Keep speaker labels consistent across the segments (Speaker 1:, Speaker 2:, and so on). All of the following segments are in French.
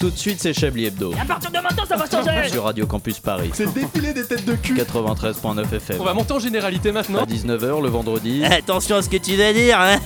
Speaker 1: Tout de suite, c'est Chablis Hebdo.
Speaker 2: À partir de maintenant, ça va changer
Speaker 1: Sur Radio Campus Paris.
Speaker 3: C'est le défilé des têtes de cul.
Speaker 1: 93.9 FM.
Speaker 3: On va monter Bah, en généralité
Speaker 1: À
Speaker 3: maintenant.
Speaker 1: 19h le vendredi.
Speaker 2: Attention à ce que tu vas dire hein.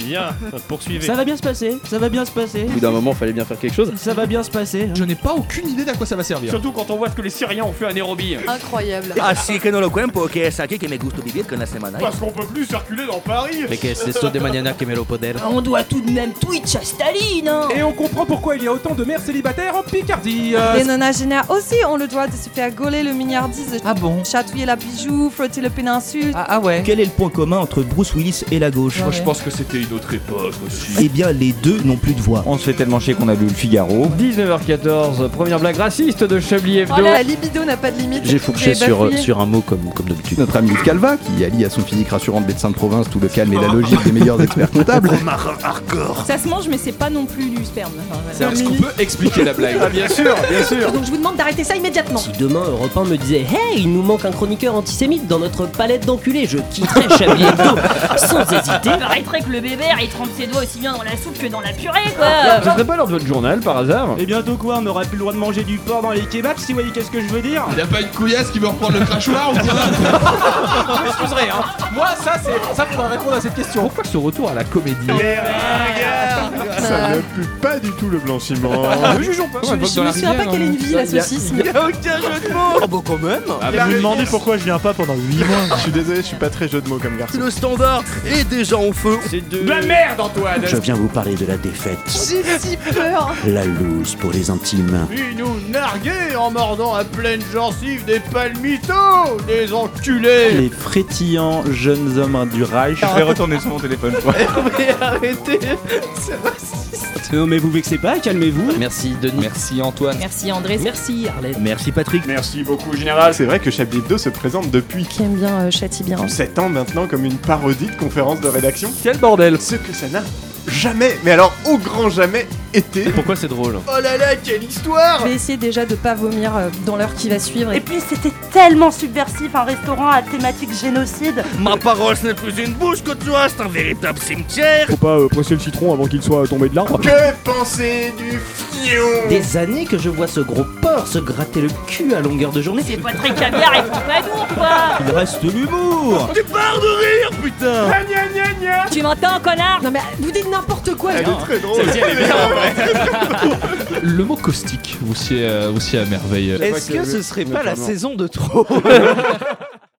Speaker 4: Bien, poursuivez.
Speaker 2: va bien se passer, ça va bien se passer,
Speaker 5: Au bout d'un moment, fallait bien faire quelque chose.
Speaker 2: ça va bien se passer.
Speaker 3: Je n'ai pas aucune idée d'à quoi ça va servir.
Speaker 4: Surtout quand on voit ce que les Syriens ont fait à Nairobi.
Speaker 6: Incroyable.
Speaker 7: Así Ah, que no lo cuento, que es aquí que me gusta vivir con la semana.
Speaker 4: Parce qu'on peut plus circuler dans Paris.
Speaker 1: Mais qu'est-ce que c'est de maniana qui met le poder
Speaker 2: On doit tout de même Twitch à Staline hein.
Speaker 3: Et on comprend pourquoi il y a autant de mères célibataires en Picardie. Euh,
Speaker 6: Les nonagénaires aussi ont le droit de se faire gauler le milliardise,
Speaker 2: Ah bon
Speaker 6: chatouiller la bijou, frotter le péninsule.
Speaker 2: ah, ah ouais
Speaker 7: Quel est le point commun entre Bruce Willis et la gauche
Speaker 6: Ouais.
Speaker 3: pense que c'était une autre époque aussi.
Speaker 7: Eh bien, les deux n'ont plus de voix.
Speaker 8: On se fait tellement chier qu'on a lu le Figaro. 19h14, première blague raciste de Chablis
Speaker 6: Oh
Speaker 8: Hebdo.
Speaker 6: là, la libido n'a pas de limite.
Speaker 1: J'ai fourché sur,
Speaker 6: bafouillé.
Speaker 1: sur un mot comme, comme d'habitude.
Speaker 5: Notre ami Calva, qui allie à son physique rassurant de médecin de province tout le calme et la logique des meilleurs experts comptables.
Speaker 9: Ça se mange, mais c'est pas non plus du sperme. Enfin, voilà.
Speaker 3: Est-ce qu'on peut expliquer la blague
Speaker 4: Ah bien sûr, bien sûr.
Speaker 9: Donc je vous demande d'arrêter ça immédiatement.
Speaker 2: Si demain Europe 1 me disait Hey, il nous manque un chroniqueur antisémite dans notre palette d'enculés, je quitterais Chablis Hebdo sans hésiter.
Speaker 10: Il paraîtrait que le bébé il trempe ses doigts aussi bien dans la soupe que dans la purée,
Speaker 2: Ah,
Speaker 10: quoi
Speaker 8: Ce serait pas l'heure de votre journal par hasard
Speaker 4: Et bientôt quoi, on aura plus le droit de manger du porc dans les kebabs, si vous voyez qu'est-ce que je veux dire
Speaker 3: Y'a pas une couillasse qui veut reprendre le crachoir ou quoi Vous m'excuserez, hein. Moi, ça, c'est. Ça, faudra répondre à cette question. Pourquoi ce retour à la comédie
Speaker 4: Ça ne pue pas du tout le blanchiment.
Speaker 3: Ne jugeons pas.
Speaker 6: Je, je me souviens pas quelle est une vie la saucisse. mais-
Speaker 4: Ah, mais vous me demandez pourquoi je viens pas pendant 8 mois.
Speaker 3: Je suis désolé, je suis pas très jeu de mots comme garçon.
Speaker 7: Le standard est déjà en feu.
Speaker 4: C'est de la merde, Antoine.
Speaker 7: Je viens vous parler de la défaite.
Speaker 6: J'ai si peur.
Speaker 7: La loose pour les intimes.
Speaker 4: Ils nous narguaient en mordant à pleine gencive des palmitos, des
Speaker 1: Eh.
Speaker 4: enculés.
Speaker 8: Les frétillants jeunes hommes du Reich.
Speaker 3: Je
Speaker 1: Ah.
Speaker 3: vais retourner sur mon téléphone, je crois.
Speaker 2: Non mais vous vexez pas, calmez-vous.
Speaker 1: Merci Denis.
Speaker 3: Merci Antoine.
Speaker 9: Merci André.
Speaker 2: Merci Arlette.
Speaker 7: Merci Patrick.
Speaker 4: Merci beaucoup, général.
Speaker 3: C'est vrai que Chablis Hebdo se présente depuis
Speaker 6: Qui aime bien euh, châtie bien.
Speaker 3: 7 ans maintenant comme une parodie de conférence de rédaction.
Speaker 8: Quel bordel
Speaker 3: Ce que ça n'a jamais, mais alors au grand jamais, été.
Speaker 8: Pourquoi c'est drôle
Speaker 4: Oh là là, quelle histoire
Speaker 6: Je vais essayer déjà de pas vomir euh, dans l'heure qui va suivre.
Speaker 10: Et puis c'était tellement subversif, un restaurant à thématique génocide.
Speaker 7: Ma parole, ce n'est plus une bouche que tu as, c'est un véritable cimetière.
Speaker 4: Faut pas presser le citron avant qu'il soit tombé de l'arbre.
Speaker 3: Que penser du fion
Speaker 2: Des années que je vois ce gros porc se gratter le cul à longueur de journée.
Speaker 10: C'est pas très caviar et pompadour, quoi
Speaker 7: Il reste l'humour. Tu pars de rire, putain.
Speaker 10: Tu m'entends, connard
Speaker 6: Non mais vous dites n'importe quoi.
Speaker 8: Eh,
Speaker 3: Elle
Speaker 6: là.
Speaker 3: est
Speaker 4: hein.
Speaker 3: très drôle.
Speaker 11: Le mot caustique, vous siez, euh, vous siez à merveille.
Speaker 3: Est-ce que ce
Speaker 5: serait
Speaker 3: pas la
Speaker 5: saison
Speaker 1: de trop